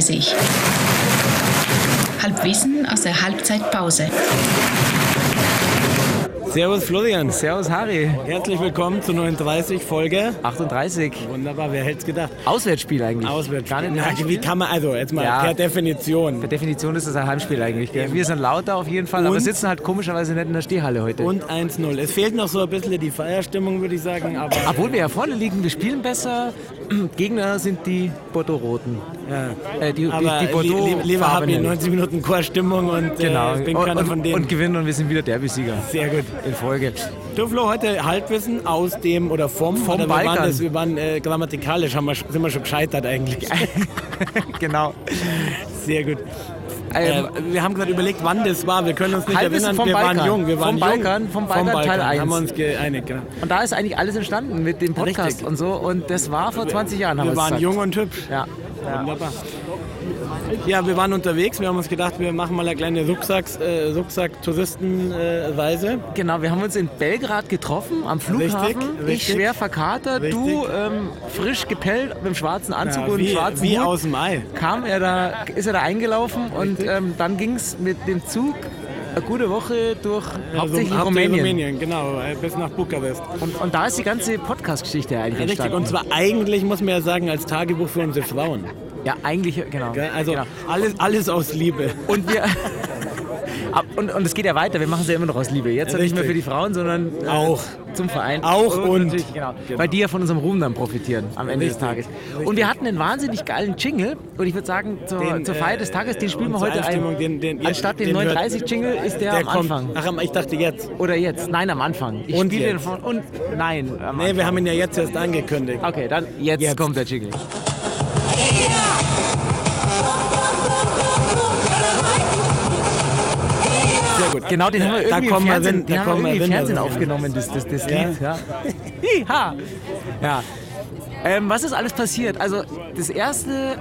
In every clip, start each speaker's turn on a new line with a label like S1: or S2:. S1: sich. Halbwissen aus der Halbzeitpause.
S2: Servus Florian.
S3: Servus Harry.
S2: Herzlich willkommen zur 39 Folge.
S3: 38.
S2: Wunderbar, wer hätte es gedacht?
S3: Auswärtsspiel eigentlich.
S2: Auswärts.
S3: Gar nicht
S2: Na,
S3: Heimspiel?
S2: Wie kann man, also jetzt mal
S3: Ja.
S2: per Definition.
S3: Per Definition ist das ein Heimspiel eigentlich. Gell? Wir sind lauter auf jeden Fall,
S2: Und?
S3: aber sitzen halt komischerweise nicht in der Stehhalle heute.
S2: Und 1-0. Es fehlt noch so ein bisschen die Feierstimmung, würde ich sagen, aber
S3: Obwohl wir ja vorne liegen, wir spielen besser. Gegner sind die Bordeaux-Roten.
S2: ja.
S3: Äh, die, die,
S2: Aber li
S3: die Bordeaux
S2: li- lieber haben wir 90 Minuten Chorstimmung und
S3: Genau.
S2: äh, ich bin
S3: und,
S2: keiner
S3: und,
S2: von denen.
S3: und gewinnen und wir sind wieder Derbysieger
S2: Sehr gut.
S3: in Folge.
S2: Du Flo, heute Halbwissen aus dem oder vom,
S3: Vom
S2: oder wir
S3: Balkan.
S2: waren, das, wir waren äh, grammatikalisch, haben wir, sch- sind wir schon gescheitert eigentlich.
S3: genau.
S2: Sehr gut. Äh,
S3: Ähm,
S2: wir haben gerade überlegt, wann das war. Wir können uns nicht
S3: Halbwissen
S2: erinnern.
S3: vom
S2: wir waren
S3: Balkan.
S2: jung. Wir waren jung.
S3: Vom Balkan, vom Balkan Teil eins.
S2: Haben wir uns geeinigt. Genau.
S3: und da ist eigentlich alles entstanden mit dem Podcast
S2: Richtig.
S3: und so. Und das war vor 20 Jahren, haben
S2: wir
S3: wir's
S2: waren
S3: gesagt.
S2: jung und hübsch.
S3: Ja.
S2: Wunderbar. Ja, wir waren unterwegs. Wir haben uns gedacht, wir machen mal eine kleine Rucksacks, äh, Rucksack-Touristenreise.
S3: Genau, wir haben uns in Belgrad getroffen, am Flughafen.
S2: Richtig, richtig.
S3: ich schwer verkatert, du
S2: Richtig.
S3: ähm, frisch gepellt mit dem schwarzen Anzug und
S2: wie,
S3: schwarzen
S2: wie
S3: Hut.
S2: aus dem Ei.
S3: Kam er da, ist er da eingelaufen und ähm, dann ging es mit dem Zug eine gute Woche durch hauptsächlich
S2: Also,
S3: Rumänien.
S2: Rumänien, genau, äh, bis nach Bukarest.
S3: Und, und da ist die ganze Podcast-Geschichte eigentlich
S2: Richtig, und
S3: entstanden.
S2: zwar eigentlich, muss man ja sagen, als Tagebuch für unsere Frauen.
S3: ja, eigentlich, genau.
S2: Gell? Also
S3: genau.
S2: alles, alles aus Liebe.
S3: Und wir... Ab- Und, und es geht ja weiter, wir machen es ja immer noch aus Liebe. Jetzt halt nicht mehr
S2: Richtig.
S3: für die Frauen, sondern äh,
S2: Auch.
S3: zum Verein.
S2: Auch und.
S3: natürlich, Genau,
S2: Genau.
S3: Weil die ja von unserem Ruhm dann profitieren am Ende des
S2: Richtig.
S3: Tages. Und wir hatten einen wahnsinnig geilen Jingle und ich würde sagen, zur,
S2: Den,
S3: zur Feier
S2: äh,
S3: des Tages, den spielen wir
S2: unsere
S3: heute ein.
S2: Einstimmung, den- den-
S3: Anstatt dem
S2: den hört-
S3: 39-Jingle ist der, am
S2: kommt-
S3: Anfang.
S2: Ach, ich dachte jetzt.
S3: Oder jetzt? Nein, am Anfang. Ich
S2: Und
S3: spiele den
S2: jetzt.
S3: von. Und nein. Am
S2: Nee, wir haben ihn ja jetzt erst angekündigt.
S3: Okay, dann jetzt,
S2: Jetzt.
S3: kommt der Jingle.
S2: Sehr gut.
S3: Genau, den haben wir
S2: Da
S3: irgendwie im
S2: kommen wir
S3: Fernsehen,
S2: hin,
S3: den
S2: da
S3: haben wir
S2: kommen wir
S3: irgendwie im
S2: hin,
S3: Fernsehen
S2: also.
S3: aufgenommen, das, das, das
S2: Ja.
S3: Lied. Ja. Hiha. ja. Ähm, was ist alles passiert? Also das erste,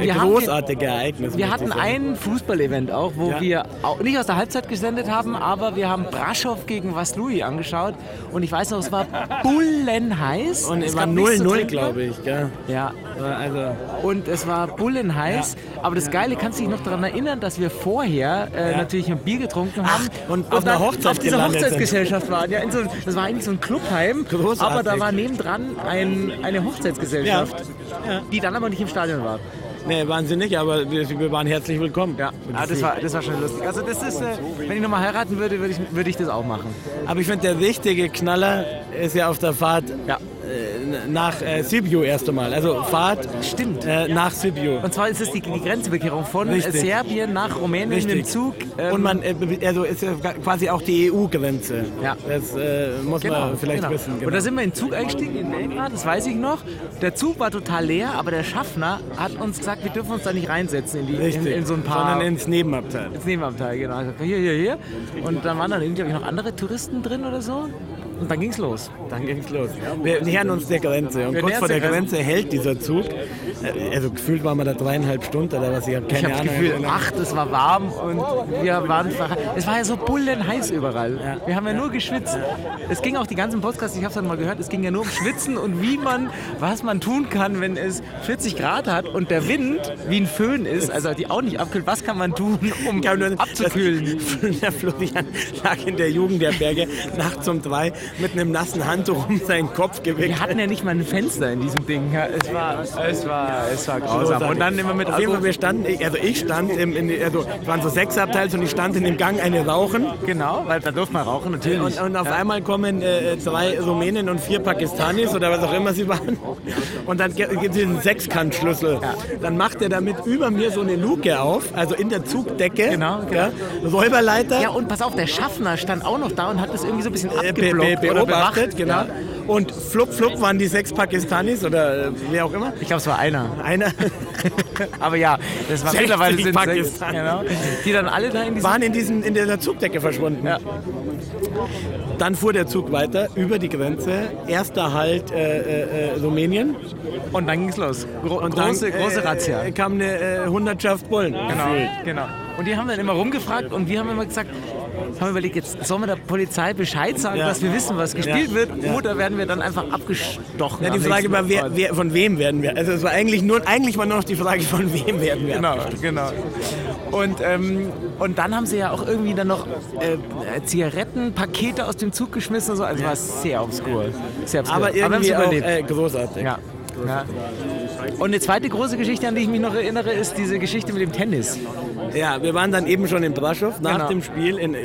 S3: wir haben den-
S2: Großartige Ereignisse.
S3: Wir hatten ein Fußballevent auch, wo
S2: Ja.
S3: wir auch nicht aus der Halbzeit gesendet haben, aber wir haben Braschow gegen Vaslui angeschaut und ich weiß noch, es war bullenheiß.
S2: Und
S3: es
S2: es war
S3: gab nichts zu
S2: 0-0,
S3: trinken. ne?
S2: glaube ich. Gell?
S3: Ja,
S2: Also,
S3: und es war bullenheiß. Aber das Geile, kannst du dich noch daran erinnern, dass wir vorher äh,
S2: Ja.
S3: natürlich ein Bier getrunken haben
S2: Ach, und auf
S3: dann
S2: einer Hochzeit
S3: auf dieser
S2: gelandet sind.
S3: Hochzeitsgesellschaft waren. Ja, in so, das war eigentlich so ein Clubheim,
S2: Großartig.
S3: aber da war nebendran ein, eine Hochzeitsgesellschaft, die dann aber nicht im Stadion war.
S2: nee, waren sie nicht, aber wir, wir waren herzlich willkommen.
S3: Ja, ah, das, war, das war schon lustig. Also das ist, äh, wenn ich nochmal heiraten würde, würde ich, würde ich das auch machen.
S2: Aber ich finde, der richtige Knaller ist ja auf der Fahrt
S3: Ja.
S2: äh, nach äh, Sibiu erst einmal. Also Fahrt
S3: Stimmt.
S2: äh, nach Sibiu.
S3: Und zwar ist es die, die Grenzüberquerung von äh,
S2: Richtig.
S3: Serbien nach Rumänien mit dem
S2: Richtig.
S3: Zug. ähm,
S2: Und man, äh, also ist ja quasi auch die EU-Grenze.
S3: Ja.
S2: Das äh, muss man vielleicht
S3: genau.
S2: wissen.
S3: Und da sind wir in den Zug eingestiegen in Belgrad, das weiß ich noch. Der Zug war total leer, aber der Schaffner hat uns gesagt, wir dürfen uns da nicht reinsetzen in, die, in,
S2: Richtig.
S3: in so ein paar...
S2: Sondern ins Nebenabteil.
S3: Jetzt Nebenabteil, genau. Ich hab gesagt, Hier, hier, hier. Und dann waren dann irgendwie, glaub ich, noch andere Touristen drin oder so. Und dann ging's los.
S2: Dann ging's los. Wir nähern uns der Grenze und
S3: Wir
S2: kurz
S3: nähern
S2: vor der
S3: uns der
S2: Grenze hält dieser Zug. Äh, Also gefühlt waren wir da dreieinhalb Stunden oder was, ich habe
S3: Ich
S2: keine
S3: habe das
S2: Ahnung.
S3: Gefühl, acht, es war warm und wir waren ver- Es war ja so bullenheiß überall. Wir haben ja nur geschwitzt. Es ging auch die ganzen Podcasts, ich habe es dann mal gehört, es ging ja nur um Schwitzen und wie man, was man tun kann, wenn es 40 Grad hat und der Wind wie ein Föhn ist, also die auch nicht abkühlt. Was kann man tun, um
S2: Ich glaub nur,
S3: abzukühlen?
S2: dass- Der Florian lag in der Jugendherberge nachts um drei mit einem nassen Handtuch um seinen Kopf
S3: Wir
S2: gewickelt.
S3: hatten ja nicht mal ein Fenster in diesem Ding. Ja, es war, es war, es war grausam.
S2: Großartig.
S3: Und dann immer mit
S2: Auf jeden Fall,
S3: Alkohol.
S2: wir standen, ich- also ich stand, im, in, also es waren so sechs Abteils und ich stand in dem Gang eine Rauchen.
S3: Genau, weil da durfte man rauchen, natürlich.
S2: Und, und auf einmal kommen äh, zwei Rumänen und vier Pakistanis oder was auch immer sie waren. Und dann ge- gibt es diesen Sechskantschlüssel. Dann macht er damit über mir so eine Luke auf, also in der Zugdecke.
S3: Genau, genau.
S2: Ja, Säuberleiter.
S3: Ja, und pass auf, der Schaffner stand auch noch da und hat das irgendwie so ein bisschen
S2: äh, be be
S3: abgeblockt oder
S2: beobachtet,
S3: bewacht.
S2: genau.
S3: Ja.
S2: Und flupp, flupp waren die sechs Pakistanis oder äh, wer auch immer.
S3: Ich glaube, es war einer.
S2: Einer
S3: Aber ja, das war
S2: 60
S3: mittlerweile sind sechs,
S2: Pakistan.
S3: genau, die dann alle da in diesem...
S2: waren in, diesen, in der Zugdecke verschwunden.
S3: Ja.
S2: Dann fuhr der Zug weiter über die Grenze. Erster Halt äh, äh, äh, Rumänien.
S3: Und dann ging's los. Gro
S2: Und
S3: große,
S2: dann,
S3: große
S2: äh,
S3: Razzia.
S2: äh, kam eine äh, Hundertschaft Bullen.
S3: genau, genau. Und die haben dann immer rumgefragt und wir haben immer gesagt, haben überlegt, jetzt sollen wir der Polizei Bescheid sagen,
S2: Ja.
S3: dass wir wissen, was gespielt
S2: Ja.
S3: wird,
S2: Ja.
S3: oder werden wir dann einfach abgestochen?
S2: Ja, die
S3: am
S2: Frage
S3: nächsten
S2: war, wer,
S3: Mal?
S2: wer, von wem werden wir? Also es war eigentlich nur, eigentlich war nur noch die Frage, von wem werden wir?
S3: Genau, genau. Und, ähm, und dann haben sie ja auch irgendwie dann noch äh, äh, Zigarettenpakete aus dem Zug geschmissen und so. Also war sehr obskur. Sehr obskur.
S2: Aber
S3: wir haben's
S2: irgendwie auch
S3: überlebt.
S2: äh, großartig.
S3: ja. Ja. Und eine zweite große Geschichte, an die ich mich noch erinnere, ist diese Geschichte mit dem Tennis.
S2: Ja, wir waren dann eben schon in Braschow nach
S3: Genau.
S2: dem Spiel in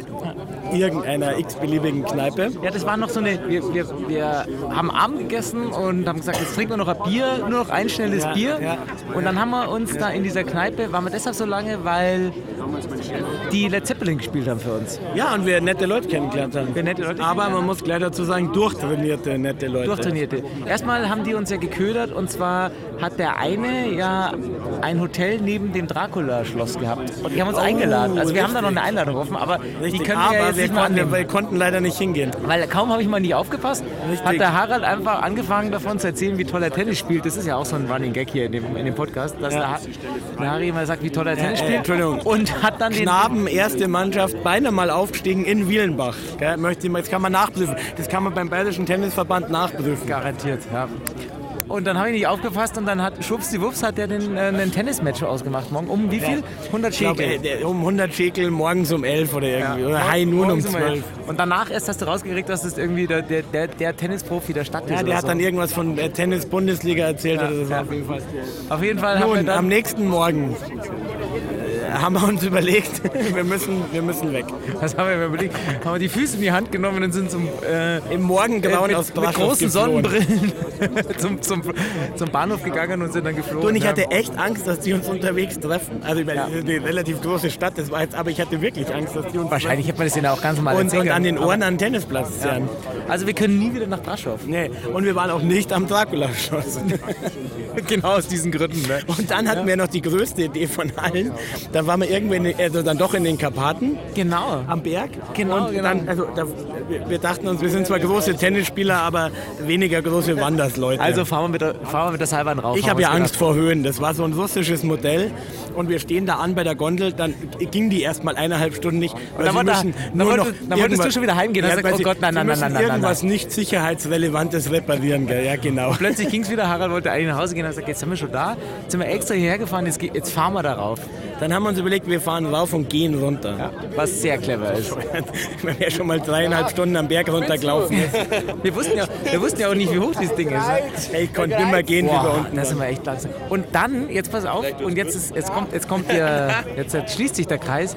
S2: irgendeiner x-beliebigen Kneipe.
S3: Ja, das war noch so eine. Wir, wir, wir haben Abend gegessen und haben gesagt, jetzt trinken wir noch ein Bier, nur noch ein schnelles
S2: Ja,
S3: Bier.
S2: ja.
S3: Und dann haben wir uns da in dieser Kneipe, waren wir deshalb so lange, weil die Led Zeppelin gespielt haben für uns.
S2: Ja, und wir nette Leute kennengelernt haben.
S3: Wir nette Leute
S2: Aber man muss gleich dazu sagen, durchtrainierte nette Leute.
S3: Durchtrainierte. Erstmal haben die uns ja geködert und zwar hat der eine ja ein Hotel neben dem Dracula-Schloss gehabt. Und die haben uns
S2: Oh,
S3: eingeladen. Also wir haben da noch
S2: richtig.
S3: eine Einladung offen, aber die
S2: Richtig,
S3: können
S2: aber
S3: wir ja jetzt
S2: wir,
S3: nicht mal
S2: konnten,
S3: annehmen.
S2: wir konnten leider nicht hingehen.
S3: Weil kaum habe ich mal nie aufgepasst,
S2: Richtig.
S3: hat der Harald einfach angefangen davon zu erzählen, wie toll er Tennis spielt. Das ist ja auch so ein Running Gag hier in dem, in dem Podcast, dass der, Ha- der Harry immer sagt, wie toll er Tennis
S2: äh,
S3: spielt.
S2: Entschuldigung.
S3: Und hat dann den,
S2: Knaben, erste Mannschaft, beinahe mal aufgestiegen in Wielenbach. Gell? Möchte ich mal, das kann man nachprüfen. Das kann man beim Bayerischen Tennisverband nachprüfen.
S3: Garantiert, ja. Und dann habe ich nicht aufgepasst und dann hat schwuppsdiwupps hat der den, äh, einen Tennismatch ausgemacht. Morgen um wie viel? 100
S2: Ich glaube,
S3: Schäkel.
S2: äh, um 100 Schäkel morgens um 11 oder irgendwie. Oder High Noon um
S3: Morgens immer.
S2: 12.
S3: Und danach erst hast du rausgekriegt, dass es irgendwie der, der, der, der Tennisprofi der Stadt ist.
S2: Ja,
S3: oder
S2: der hat
S3: so.
S2: dann irgendwas von äh, Tennis-Bundesliga erzählt.
S3: Ja,
S2: oder so.
S3: ja. Auf jeden Fall haben wir
S2: Nun,
S3: dann
S2: am nächsten Morgen äh, haben wir uns überlegt, wir müssen, wir müssen weg.
S3: Was haben wir überlegt? Haben wir die Füße in die Hand genommen und sind zum, äh,
S2: Im Morgengrauen
S3: mit,
S2: aus
S3: mit
S2: Braschow
S3: großen
S2: geflohen.
S3: Sonnenbrillen zum, zum, zum Bahnhof gegangen und sind dann geflogen.
S2: Du, und ich
S3: ja.
S2: hatte echt Angst, dass die uns unterwegs treffen. Also, ich meine, das ist eine relativ große Stadt, das war jetzt, aber ich hatte wirklich Angst, dass die uns
S3: Wahrscheinlich hätte man das denen auch ganz normal
S2: treffen. Und,
S3: erzählen
S2: und an den
S3: können.
S2: Ohren an den Tennisplatz zerren.
S3: Also wir können nie wieder nach Braschow.
S2: Nee, und wir waren auch nicht am Dracula-Schloss.
S3: genau aus diesen Gründen. Ne?
S2: Und dann hatten wir noch die größte Idee von allen. Da waren wir irgendwann, also dann doch in den Karpaten.
S3: Genau.
S2: am Berg.
S3: Genau,
S2: und
S3: genau.
S2: Dann, also, da, wir- wir dachten uns, wir sind zwar große Tennisspieler, aber weniger große Wandersleute.
S3: Also fahren wir mit der, fahren wir mit der Seilbahn rauf.
S2: ich habe ja Angst vor Höhen. Das war so ein russisches Modell. Und wir stehen da an bei der Gondel. Dann ging die erst mal eineinhalb Stunden nicht. Weil
S3: dann
S2: sie
S3: wollte-
S2: müssen
S3: dann
S2: nur
S3: wolltest-
S2: noch
S3: dann wolltest
S2: irgendwas-
S3: du schon wieder heimgehen. Dann sagst du,
S2: weil
S3: oh
S2: sie-
S3: Gott, nein,
S2: sie
S3: nein, nein,
S2: müssen
S3: nein, nein, nein,
S2: Irgendwas nicht sicherheitsrelevantes reparieren. Gell? Ja, genau.
S3: Plötzlich ging es wieder, Harald wollte eigentlich nach Hause gehen, hat gesagt, jetzt sind wir schon da, jetzt sind wir extra hierher gefahren, jetzt, ge- jetzt fahren wir da rauf.
S2: Dann haben wir uns überlegt, wir fahren rauf und gehen runter.
S3: Was sehr clever ist.
S2: Wenn wir schon mal dreieinhalb Stunden am Berg runtergelaufen ist.
S3: Wir wussten ja, wir wussten ja auch nicht, wie hoch dieses Ding ist. Ne?
S2: Ey, Ich konnte nimmer gehen, wie wir
S3: Boah,
S2: unten
S3: da sind wir echt langsam. Und dann, jetzt pass auf, und jetzt, ist, jetzt kommt, jetzt kommt der, jetzt, jetzt schließt sich der Kreis.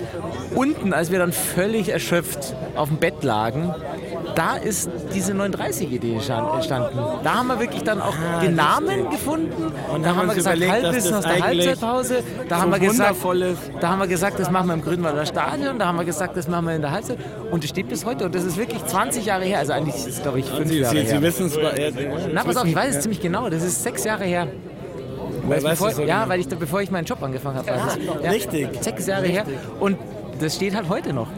S3: Unten, als wir dann völlig erschöpft auf dem Bett lagen, da ist diese 39-Idee entstand- entstanden. Da haben wir wirklich dann auch
S2: Ah,
S3: den Namen gefunden. Und
S2: Und
S3: da haben,
S2: haben
S3: wir
S2: uns
S3: gesagt,
S2: überlegt, dass
S3: Halbwissen aus
S2: das
S3: der
S2: eigentlich
S3: Halbzeitpause. Da
S2: so
S3: haben wir gesagt,
S2: wundervoll ist.
S3: da haben wir gesagt, das machen wir im Grünwalder Stadion. Da haben wir gesagt, das machen wir in der Halbzeit. Und das steht bis heute. Und das ist wirklich 20 Jahre her. Also eigentlich ist es, glaube ich, fünf
S2: Sie,
S3: Jahre
S2: Sie,
S3: her.
S2: Sie wissen es.
S3: Na, pass auf, ich weiß es ziemlich genau. Das ist sechs Jahre her.
S2: Weil,
S3: bevor, ja, weil ich, da- bevor ich meinen Job angefangen habe. war das. Ja,
S2: genau. richtig.
S3: Sechs Jahre her. Und das steht halt heute noch.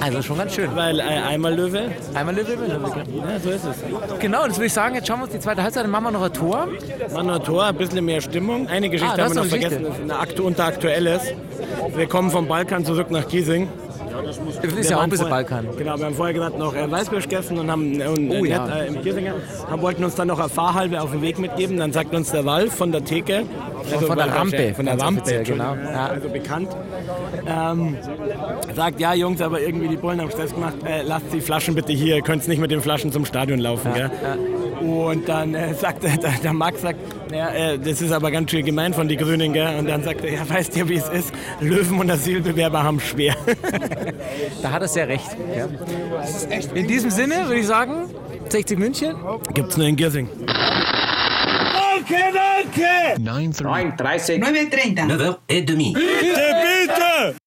S3: Also schon ganz schön.
S2: Weil äh, einmal Löwe.
S3: Einmal Löwe, Löwe.
S2: Ja, so ist es.
S3: Genau, das würde ich sagen, jetzt schauen wir uns die zweite Halbzeit an, machen wir noch ein Tor.
S2: War nur Tor, ein bisschen mehr Stimmung. Eine Geschichte
S3: Ah, das
S2: haben wir noch
S3: ist eine
S2: vergessen. Das ist eine Aktu unter Aktuelles. Wir kommen vom Balkan zurück nach Giesing.
S3: Das
S2: Wir
S3: ist ja auch
S2: waren
S3: ein bisschen
S2: vorher-
S3: Balkan.
S2: Genau, wir haben vorher gerade noch äh, Weißbier gegessen und haben äh, und, äh,
S3: Oh, ja.
S2: nett, äh, im Giesinger, haben, wollten uns dann noch eine Fahrhalbe auf den Weg mitgeben. Dann sagt uns der Walf von der Theke. also
S3: von der
S2: Walf-
S3: Rampe,
S2: Von der
S3: ganz
S2: Rampe,
S3: offiziell, genau.
S2: Entschuldigung,
S3: Ja.
S2: Also bekannt. Ähm, sagt, ja Jungs, aber irgendwie die Bullen haben Stress gemacht. Äh, lasst die Flaschen bitte hier. Ihr könnt nicht mit den Flaschen zum Stadion laufen. gell? Und dann äh, sagt der, der, der Max, sagt, ja, äh, das ist aber ganz schön gemein von die Grünen. Gell? Und dann sagt er, ja, weißt ihr, wie es ist? Löwen und Asylbewerber haben schwer.
S3: Da hat er sehr recht. Ja. In diesem Sinne würde ich sagen, 60 München.
S2: Gibt's nur in Giesing.
S4: 9.30
S5: 9.30.
S6: et demi.
S2: Bitte, bitte!